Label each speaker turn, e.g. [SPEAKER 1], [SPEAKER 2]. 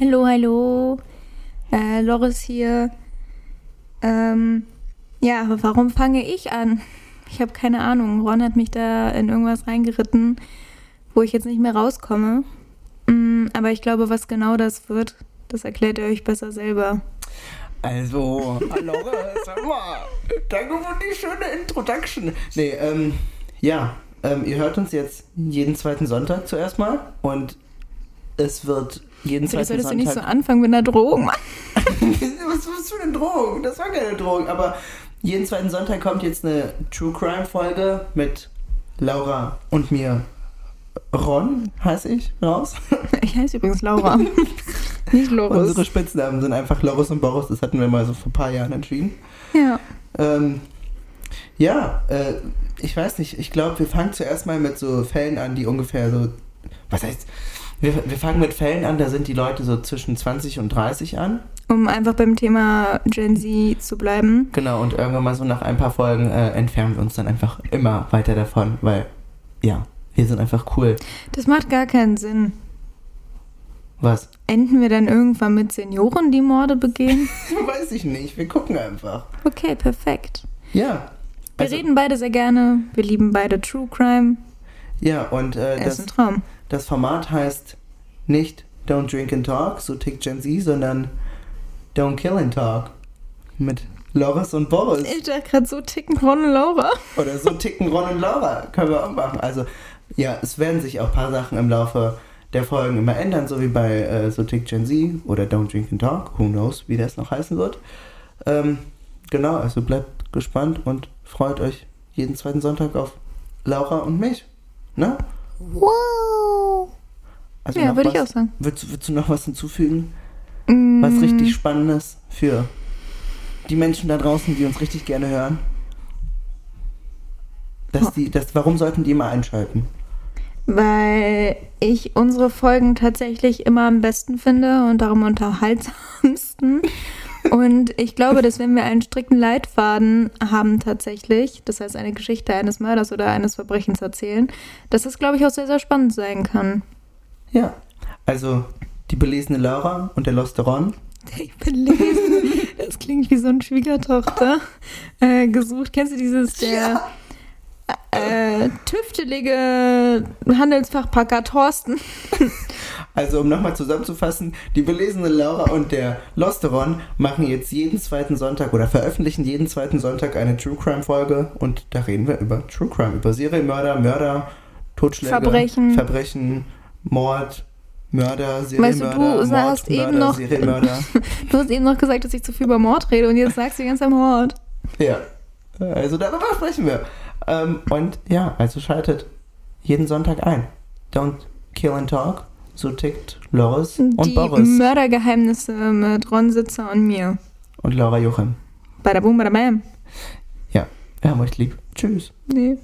[SPEAKER 1] Hallo, hallo. Äh, Loris hier. Ähm, ja, aber warum fange ich an? Ich habe keine Ahnung. Ron hat mich da in irgendwas reingeritten, wo ich jetzt nicht mehr rauskomme. Mm, aber ich glaube, was genau das wird, das erklärt ihr euch besser selber.
[SPEAKER 2] Also, Laura, sag mal, danke für die schöne Introduction. Nee, ähm, ja, ähm, ihr hört uns jetzt jeden zweiten Sonntag zuerst mal und es wird jeden
[SPEAKER 1] Vielleicht
[SPEAKER 2] zweiten
[SPEAKER 1] solltest du nicht so
[SPEAKER 2] Sonntag...
[SPEAKER 1] anfangen mit einer Drohung.
[SPEAKER 2] Was bist du denn Drogen? Das war keine Drogen, aber jeden zweiten Sonntag kommt jetzt eine True Crime Folge mit Laura und mir. Ron heiße ich raus.
[SPEAKER 1] Ich heiße übrigens Laura. nicht Loris.
[SPEAKER 2] Unsere Spitznamen sind einfach Loris und Boris, das hatten wir mal so vor ein paar Jahren entschieden.
[SPEAKER 1] Ja.
[SPEAKER 2] Ähm, ja, äh, ich weiß nicht. Ich glaube, wir fangen zuerst mal mit so Fällen an, die ungefähr so. Was heißt? Wir, wir fangen mit Fällen an, da sind die Leute so zwischen 20 und 30 an.
[SPEAKER 1] Um einfach beim Thema Gen Z zu bleiben.
[SPEAKER 2] Genau, und irgendwann mal so nach ein paar Folgen äh, entfernen wir uns dann einfach immer weiter davon, weil, ja, wir sind einfach cool.
[SPEAKER 1] Das macht gar keinen Sinn.
[SPEAKER 2] Was?
[SPEAKER 1] Enden wir dann irgendwann mit Senioren, die Morde begehen?
[SPEAKER 2] weiß ich nicht. Wir gucken einfach.
[SPEAKER 1] Okay, perfekt.
[SPEAKER 2] Ja.
[SPEAKER 1] Wir
[SPEAKER 2] Also-
[SPEAKER 1] reden beide sehr gerne. Wir lieben beide True Crime.
[SPEAKER 2] Ja, und äh,
[SPEAKER 1] Er ist
[SPEAKER 2] das,
[SPEAKER 1] ein Traum.
[SPEAKER 2] das Format heißt nicht Don't Drink and Talk, so tickt Gen Z, sondern Don't Kill and Talk. Mit Loris und Boris.
[SPEAKER 1] Ich dachte gerade so ticken Ron und Laura.
[SPEAKER 2] Oder so ticken Ron und Laura. Können wir auch machen. Also, ja, es werden sich auch ein paar Sachen im Laufe der Folgen immer ändern, so wie bei äh, So Tick Gen Z oder Don't Drink and Talk. Who knows, wie das noch heißen wird. Ähm, genau, also bleibt gespannt und freut euch jeden zweiten Sonntag auf Laura und mich. Ne?
[SPEAKER 1] Wow.
[SPEAKER 2] Also
[SPEAKER 1] Ja,
[SPEAKER 2] noch
[SPEAKER 1] würde ich auch
[SPEAKER 2] was-
[SPEAKER 1] sagen.
[SPEAKER 2] Willst, du- willst du noch was hinzufügen?
[SPEAKER 1] Mm,
[SPEAKER 2] Was richtig Spannendes für die Menschen da draußen, die uns richtig gerne hören? Dass die, dass, warum sollten die immer einschalten?
[SPEAKER 1] Weil ich unsere Folgen tatsächlich immer am besten finde und darum unterhaltsamsten. Und ich glaube, dass wenn wir einen strikten Leitfaden haben tatsächlich, das heißt eine Geschichte eines Mörders oder eines Verbrechens erzählen, dass das, glaube ich, auch sehr, sehr spannend sein kann.
[SPEAKER 2] Ja. Also die belesene Laura und der loste Ron.
[SPEAKER 1] Ich bin lesen. Das klingt wie so ein Schwiegertochter äh, gesucht. Kennst du dieses der äh, tüftelige Handelsfachpacker Thorsten?
[SPEAKER 2] Also um nochmal zusammenzufassen, die belesene Laura und der loste Ron machen jetzt jeden zweiten Sonntag oder veröffentlichen jeden zweiten Sonntag eine True Crime Folge und da reden wir über True Crime, über Serienmörder, Mörder, Totschläge,
[SPEAKER 1] Verbrechen.
[SPEAKER 2] Verbrechen Mord, Mörder,
[SPEAKER 1] Weißt du,
[SPEAKER 2] Serienmörder,
[SPEAKER 1] du
[SPEAKER 2] Mord,
[SPEAKER 1] hast eben
[SPEAKER 2] Mörder,
[SPEAKER 1] noch-
[SPEAKER 2] Serienmörder.
[SPEAKER 1] Du hast eben noch gesagt, dass ich zu viel über Mord rede und jetzt sagst du ganz am Mord.
[SPEAKER 2] Ja. Also darüber sprechen wir. Ähm, und ja, also schaltet jeden Sonntag ein. Don't kill and talk. So tickt Loris und
[SPEAKER 1] Die
[SPEAKER 2] Boris
[SPEAKER 1] Mördergeheimnisse mit Ron Sitzer und mir.
[SPEAKER 2] und Laura Jochim.
[SPEAKER 1] Bada boom, bada bam.
[SPEAKER 2] Wir haben euch lieb. Tschüss.
[SPEAKER 1] Nee.